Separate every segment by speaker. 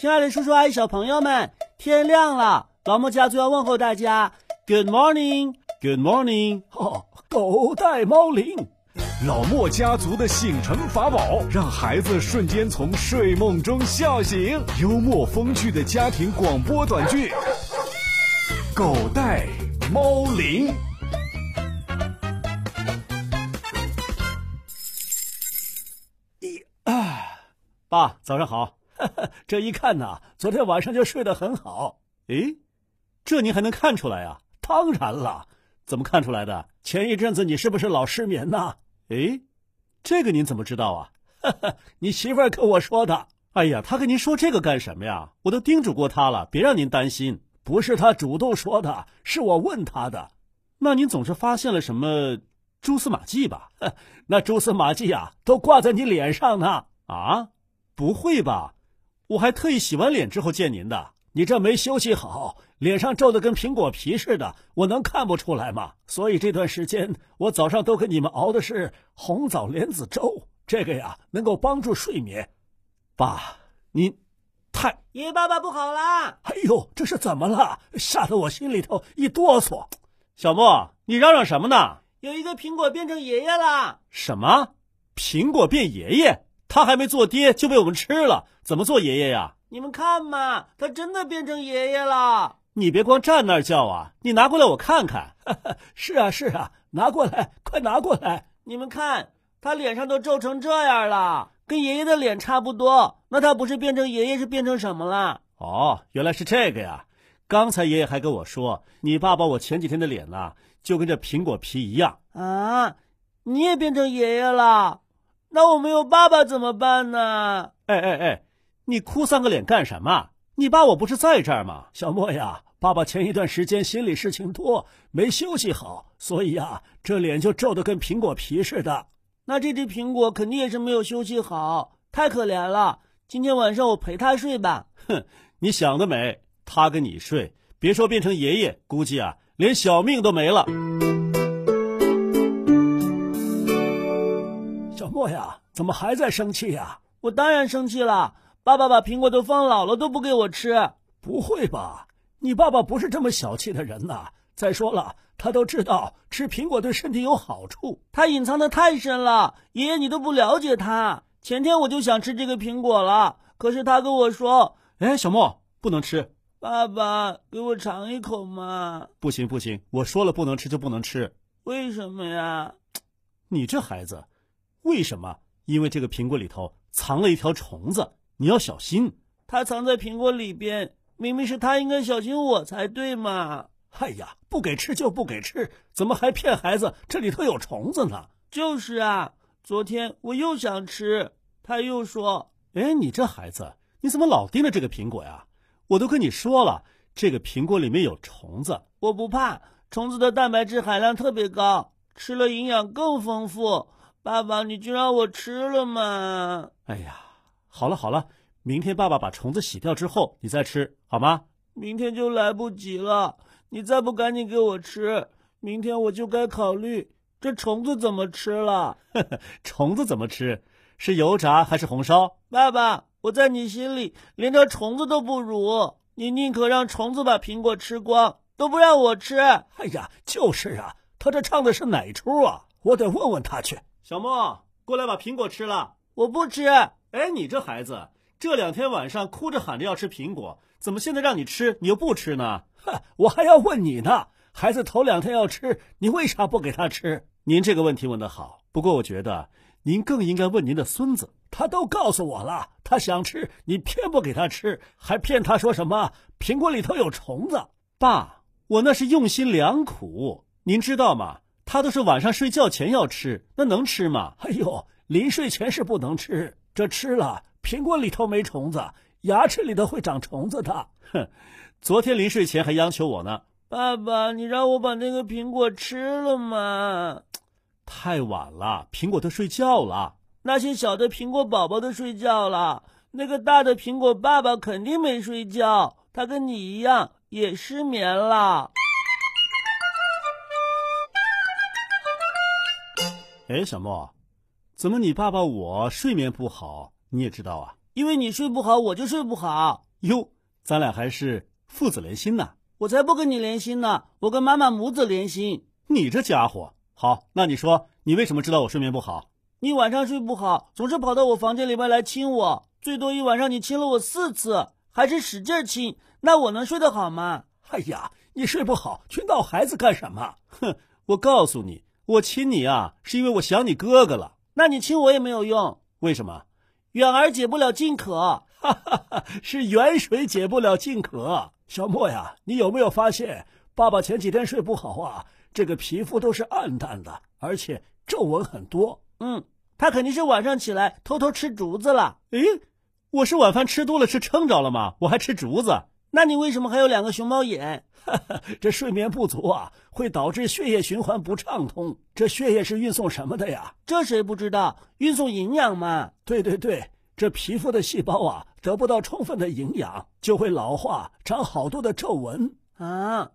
Speaker 1: 亲爱的叔叔阿姨、小朋友们，天亮了，老莫家族要问候大家，Good morning，Good morning。
Speaker 2: 哦，狗带猫铃。老莫家族的醒神法宝，让孩子瞬间从睡梦中笑醒。幽默风趣的家庭广播短剧，《狗带猫铃》。
Speaker 1: 一啊，爸，早上好。
Speaker 2: 这一看呐、昨天晚上就睡得很好。
Speaker 1: 诶，这您还能看出来啊？
Speaker 2: 当然了，
Speaker 1: 怎么看出来的？
Speaker 2: 前一阵子你是不是老失眠呐？
Speaker 1: 诶，这个您怎么知道啊？
Speaker 2: 你媳妇儿跟我说的，
Speaker 1: 哎呀，他跟您说这个干什么呀？我都叮嘱过他了，别让您担心。
Speaker 2: 不是她主动说的，是我问她的。
Speaker 1: 那您总是发现了什么蛛丝马迹吧？
Speaker 2: 那蛛丝马迹啊，都挂在你脸上呢。
Speaker 1: 啊，不会吧？我还特意洗完脸之后见您的。
Speaker 2: 你这没休息好，脸上皱得跟苹果皮似的，我能看不出来吗？所以这段时间我早上都给你们熬的是红枣莲子粥，这个呀能够帮助睡眠。
Speaker 1: 爸，您太……
Speaker 3: 爷爷爸爸不好啦！
Speaker 2: 哎呦，这是怎么了？吓得我心里头一哆嗦。
Speaker 1: 小莫，你嚷嚷什么呢？
Speaker 3: 有一个苹果变成爷爷啦！
Speaker 1: 什么？苹果变爷爷？他还没做爹就被我们吃了，怎么做爷爷呀？
Speaker 3: 你们看嘛，他真的变成爷爷了！
Speaker 1: 你别光站那儿叫啊，你拿过来我看看。
Speaker 2: 是啊，是啊，拿过来，快拿过来！
Speaker 3: 你们看，他脸上都皱成这样了，跟爷爷的脸差不多。那他不是变成爷爷，是变成什么了？
Speaker 1: 哦，原来是这个呀！刚才爷爷还跟我说，你爸爸我前几天的脸呐、就跟这苹果皮一样。
Speaker 3: 啊，你也变成爷爷了？那我没有爸爸怎么办呢？
Speaker 1: 哎哎哎，你哭丧个脸干什么？你爸我不是在这儿吗？
Speaker 2: 小莫呀，爸爸前一段时间心里事情多，没休息好，所以呀、这脸就皱得跟苹果皮似的。
Speaker 3: 那这只苹果肯定也是没有休息好，太可怜了。今天晚上我陪他睡吧。
Speaker 1: 你想得美，他跟你睡，别说变成爷爷，估计啊连小命都没了。
Speaker 2: 小莫呀，怎么还在生气呀？
Speaker 3: 我当然生气了，爸爸把苹果都放老了，都不给我吃。
Speaker 2: 不会吧？你爸爸不是这么小气的人呐！再说了，他都知道吃苹果对身体有好处。
Speaker 3: 他隐藏的太深了，爷爷你都不了解他。前天我就想吃这个苹果了，可是他跟我说
Speaker 1: 哎，小莫不能吃，：“
Speaker 3: 爸爸，给我尝一口嘛。
Speaker 1: 不行不行，我说了不能吃就不能吃。”
Speaker 3: 为什么呀？
Speaker 1: 你这孩子，为什么？因为这个苹果里头藏了一条虫子，你要小心。
Speaker 3: 他藏在苹果里边，明明是他应该小心我才对嘛。
Speaker 2: 哎呀，不给吃就不给吃，怎么还骗孩子这里头有虫子呢？
Speaker 3: 就是啊，昨天我又想吃，他又说
Speaker 1: 哎，你这孩子，你怎么老盯着这个苹果呀？我都跟你说了，这个苹果里面有虫子。
Speaker 3: 我不怕，虫子的蛋白质含量特别高，吃了营养更丰富。爸爸，你就让我吃了嘛。
Speaker 1: 哎呀，好了好了，明天爸爸把虫子洗掉之后，你再吃好吗？
Speaker 3: 明天就来不及了，你再不赶紧给我吃，明天我就该考虑这虫子怎么吃了。
Speaker 1: 虫子怎么吃？是油炸还是红烧？
Speaker 3: 爸爸，我在你心里连条虫子都不如，你宁可让虫子把苹果吃光，都不让我吃。
Speaker 2: 哎呀，就是啊，他这唱的是哪出啊？我得问问他去。
Speaker 1: 小莫，过来把苹果吃了。
Speaker 3: 我不吃，
Speaker 1: 哎，你这孩子，这两天晚上哭着喊着要吃苹果，怎么现在让你吃，你又不吃呢？
Speaker 2: 哼， 我还要问你呢。孩子头两天要吃，你为啥不给他吃？
Speaker 1: 您这个问题问得好，不过我觉得您更应该问您的孙子。
Speaker 2: 他都告诉我了，他想吃，你偏不给他吃，还骗他说什么苹果里头有虫子。
Speaker 1: 爸，我那是用心良苦，您知道吗？他都是晚上睡觉前要吃，那能吃吗？
Speaker 2: 哎呦，临睡前是不能吃，这吃了苹果里头没虫子，牙齿里头会长虫子的。
Speaker 1: 昨天临睡前还央求我呢，
Speaker 3: 爸爸，你让我把那个苹果吃了嘛。
Speaker 1: 太晚了，苹果都睡觉了。
Speaker 3: 那些小的苹果宝宝都睡觉了，那个大的苹果爸爸肯定没睡觉，他跟你一样也失眠了。
Speaker 1: 哎，小莫，怎么你爸爸我睡眠不好？你也知道啊，
Speaker 3: 因为你睡不好，我就睡不好。
Speaker 1: 哟，咱俩还是父子连心呐！
Speaker 3: 我才不跟你连心呢，我跟妈妈母子连心。
Speaker 1: 你这家伙，好，那你说你为什么知道我睡眠不好？
Speaker 3: 你晚上睡不好，总是跑到我房间里面来亲我，最多一晚上你亲了我四次，还是使劲亲，那我能睡得好吗？
Speaker 1: 哎呀，你睡不好，去闹孩子干什么？ 哼，我告诉你，我亲你啊，是因为我想你哥哥了。
Speaker 3: 那你亲我也没有用，
Speaker 1: 为什么？
Speaker 3: 远儿解不了近渴。
Speaker 1: 是远水解不了近渴。小莫呀，你有没有发现，爸爸前几天睡不好啊，这个皮肤都是暗淡的，而且皱纹很多。
Speaker 3: 嗯，他肯定是晚上起来偷偷吃竹子了。
Speaker 1: 诶，我是晚饭吃多了，吃撑着了吗？我还吃竹子？
Speaker 3: 那你为什么还有两个熊猫眼？
Speaker 1: 这睡眠不足啊，会导致血液循环不畅通。这血液是运送什么的呀？
Speaker 3: 这谁不知道？运送营养嘛。
Speaker 1: 对对对，这皮肤的细胞啊，得不到充分的营养，就会老化，长好多的皱纹。
Speaker 3: 啊，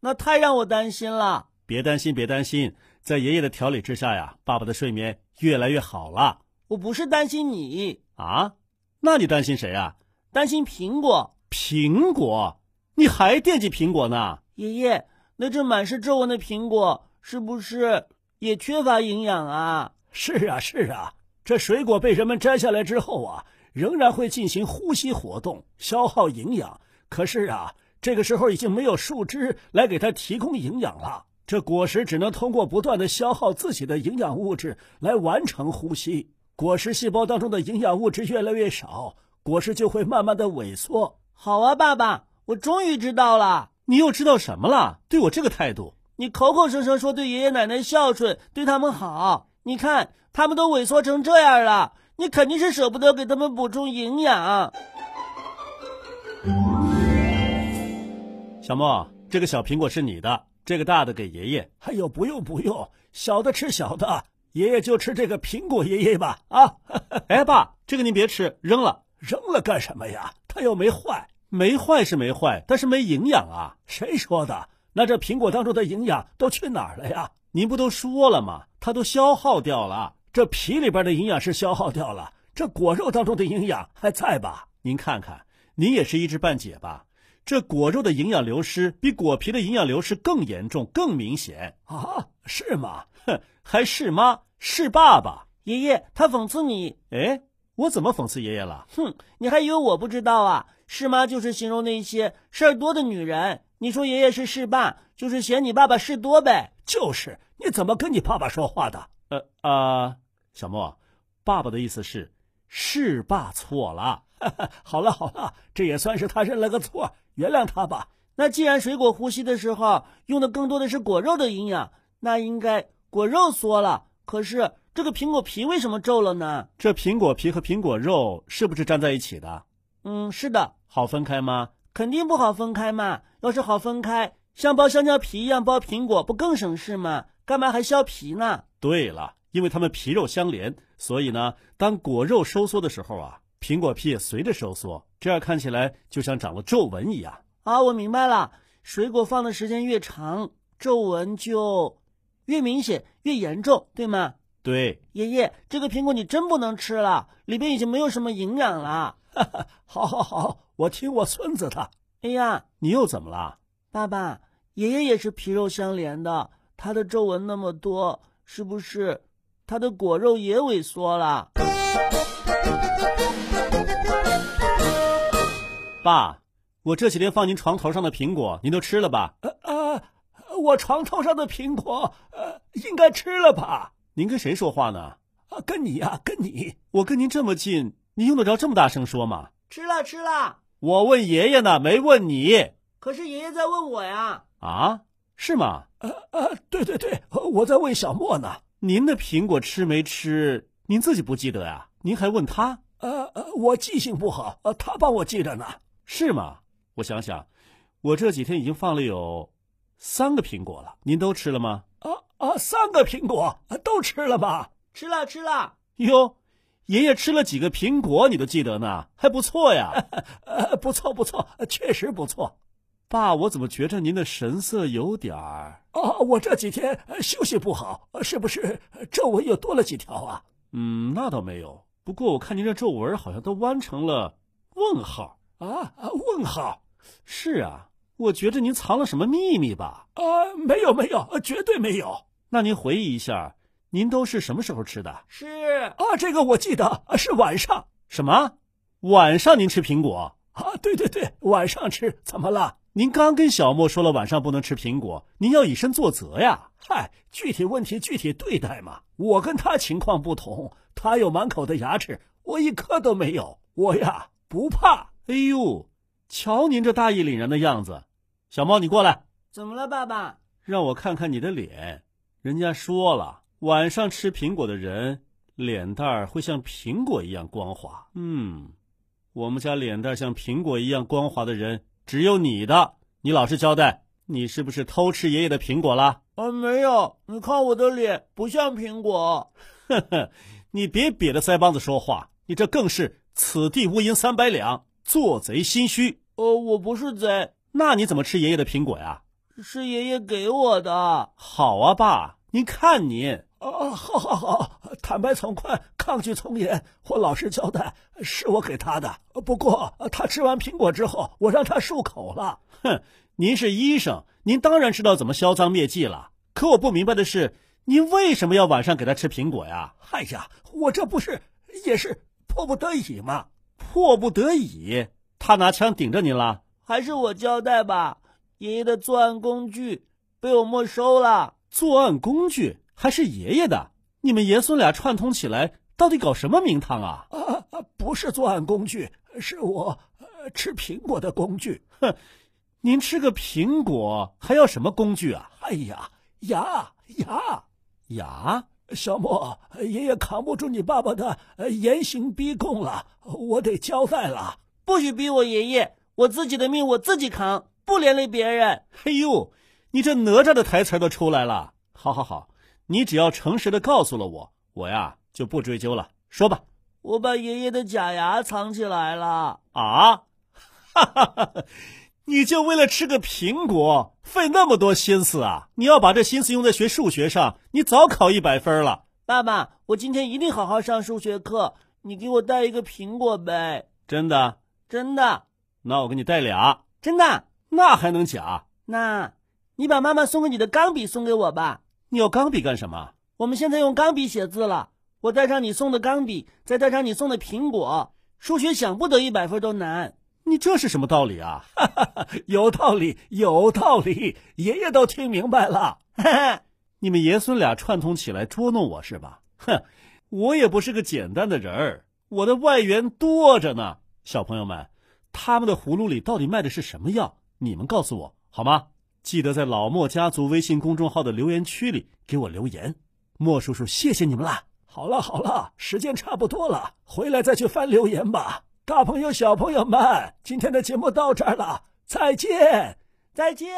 Speaker 3: 那太让我担心了。
Speaker 1: 别担心，别担心，在爷爷的调理之下呀，爸爸的睡眠越来越好了。
Speaker 3: 我不是担心你，
Speaker 1: 啊？那你担心谁啊？
Speaker 3: 担心苹果。
Speaker 1: 苹果？你还惦记苹果呢？
Speaker 3: 爷爷，那只满是皱纹的苹果是不是也缺乏营养啊？
Speaker 1: 是啊，是啊，这水果被人们摘下来之后啊，仍然会进行呼吸活动，消耗营养。可是啊，这个时候已经没有树枝来给它提供营养了。这果实只能通过不断的消耗自己的营养物质来完成呼吸。果实细胞当中的营养物质越来越少，果实就会慢慢的萎缩。
Speaker 3: 好啊，爸爸，我终于知道了。
Speaker 1: 你又知道什么了？对我这个态度，
Speaker 3: 你口口声声说对爷爷奶奶孝顺，对他们好，你看他们都萎缩成这样了，你肯定是舍不得给他们补充营养。
Speaker 1: 小莫，这个小苹果是你的，这个大的给爷爷。哎呦，不用不用，小的吃小的，爷爷就吃这个苹果爷爷吧。啊， 哎爸，这个您别吃，扔了，扔了干什么呀？它又没坏，没坏是没坏，但是没营养啊。谁说的？那这苹果当中的营养都去哪儿了呀？您不都说了吗？它都消耗掉了，啊这皮里边的营养是消耗掉了，这果肉当中的营养还在吧？您看看，您也是一知半解吧？这果肉的营养流失比果皮的营养流失更严重、更明显啊？是吗？哼，还是妈是爸爸？
Speaker 3: 爷爷，他讽刺你，
Speaker 1: 哎，我怎么讽刺爷爷了？
Speaker 3: 哼，你还以为我不知道啊？是妈就是形容那些事儿多的女人。你说爷爷是事爸，就是嫌你爸爸事多呗？
Speaker 1: 就是，你怎么跟你爸爸说话的？呃啊、小
Speaker 3: 啊
Speaker 1: 莫，爸爸的意思是，是爸错 了。好了好了，这也算是他认了个错，原谅他吧。
Speaker 3: 那既然水果呼吸的时候啊用的更多的是果肉的营养，那应该果肉缩了。可是这个苹果皮为什么皱了呢？
Speaker 1: 这苹果皮和苹果肉是不是粘在一起的？
Speaker 3: 嗯，是的，
Speaker 1: 好分开吗？
Speaker 3: 肯定不好分开嘛。要是好分开，像剥香蕉皮一样剥苹果，不更省事吗？干嘛还削皮呢？
Speaker 1: 对了，因为它们皮肉相连，所以呢，当果肉收缩的时候啊，苹果皮也随着收缩，这样看起来就像长了皱纹一样。
Speaker 3: 啊，我明白了，水果放的时间越长，皱纹就越明显、越严重，对吗？
Speaker 1: 对，
Speaker 3: 爷爷，这个苹果你真不能吃了，里边已经没有什么营养了。
Speaker 1: 好好好，我听我孙子的。
Speaker 3: 哎呀，
Speaker 1: 你又怎么了？
Speaker 3: 爸爸，爷爷也是皮肉相连的，他的皱纹那么多，是不是他的果肉也萎缩了？
Speaker 1: 爸，我这几天放您床头上的苹果，您都吃了吧？呃啊，我床头上的苹果，呃，应该吃了吧？您跟谁说话呢？啊，跟你呀、跟你。我跟您这么近，您用得着这么大声说吗？
Speaker 3: 吃了吃了，
Speaker 1: 我问爷爷呢，没问你
Speaker 3: 可是爷爷在问我呀。
Speaker 1: 啊？是吗？呃呃，对对对，我在问小莫呢。您的苹果吃没吃？您自己不记得呀、您还问他？呃呃，我记性不好，呃，他帮我记着呢。是吗？我想想，我这几天已经放了有三个苹果了，您都吃了吗？啊啊，三个苹果都吃了吧？
Speaker 3: 吃了吃了，
Speaker 1: 哟，爷爷吃了几个苹果，你都记得呢，还不错呀。呃，不错不错， 确实不错。爸，我怎么觉着您的神色有点儿……哦，我这几天休息不好，是不是皱纹又多了几条啊？嗯，那倒没有。不过我看您这皱纹好像都弯成了问号。啊啊！问号。是啊，我觉得您藏了什么秘密吧？啊，没有没有，绝对没有。那您回忆一下，您都是什么时候吃的？
Speaker 3: 是
Speaker 1: 啊，这个我记得啊是晚上。什么？晚上您吃苹果？啊，对对对，晚上吃，怎么了？您刚跟小莫说了晚上不能吃苹果，您要以身作则呀！嗨，具体问题具体对待嘛。我跟他情况不同，他有满口的牙齿，我一颗都没有。我呀不怕。哎呦，瞧您这大义凛然的样子，小猫你过来，
Speaker 3: 怎么了，爸爸？
Speaker 1: 让我看看你的脸。人家说了，晚上吃苹果的人脸蛋儿会像苹果一样光滑。嗯，我们家脸蛋儿像苹果一样光滑的人只有你的。你老实交代，你是不是偷吃爷爷的苹果啦？
Speaker 3: 啊，没有，你看我的脸不像苹果。
Speaker 1: 呵呵，你别瘪着腮帮子说话，你这更是此地无银三百两，做贼心虚。
Speaker 3: 呃，我不是贼，
Speaker 1: 那你怎么吃爷爷的苹果呀？
Speaker 3: 是爷爷给我的。
Speaker 1: 好啊，爸，您看您。啊，好好好，坦白从宽，抗拒从严，我老实交代，是我给他的。不过他吃完苹果之后，我让他漱口了。哼，您是医生，您当然知道怎么销赃灭迹了。可我不明白的是，您为什么要晚上给他吃苹果呀？哎呀，我这不是也是迫不得已吗？迫不得已，他拿枪顶着您了。
Speaker 3: 还是我交代吧，爷爷的作案工具被我没收了。
Speaker 1: 作案工具还是爷爷的，你们爷孙俩串通起来，到底搞什么名堂啊？啊，不是作案工具，是我、呃吃苹果的工具。哼，您吃个苹果还要什么工具啊？哎呀，牙牙牙！小莫，爷爷扛不住你爸爸的呃严刑逼供了，我得交代了。
Speaker 3: 不许逼我爷爷，我自己的命我自己扛，不连累别人。
Speaker 1: 嘿呦，你这哪吒的台词儿都出来了。好好好，你只要诚实的告诉了我，我呀就不追究了。说吧。
Speaker 3: 我把爷爷的假牙藏起来了。
Speaker 1: 啊， 哈哈哈哈！你就为了吃个苹果费那么多心思啊？你要把这心思用在学数学上，你早考一百分了。
Speaker 3: 爸爸，我今天一定好好上数学课，你给我带一个苹果呗。
Speaker 1: 真的？
Speaker 3: 真的，
Speaker 1: 那我给你带俩，
Speaker 3: 真的。
Speaker 1: 那还能假？
Speaker 3: 那，你把妈妈送给你的钢笔送给我吧。
Speaker 1: 你要钢笔干什么？
Speaker 3: 我们现在用钢笔写字了，我带上你送的钢笔，再带上你送的苹果，数学想不得一百分都难。
Speaker 1: 你这是什么道理啊？ 有道理，有道理，爷爷都听明白了。 你们爷孙俩串通起来捉弄我是吧？哼，我也不是个简单的人儿，我的外援多着呢。小朋友们，他们的葫芦里到底卖的是什么药？你们告诉我好吗？记得在老莫家族微信公众号的留言区里给我留言。莫叔叔，谢谢你们啦！好了好了，时间差不多了，回来再去翻留言吧。大朋友小朋友们，今天的节目到这儿了，再见。
Speaker 3: 再见。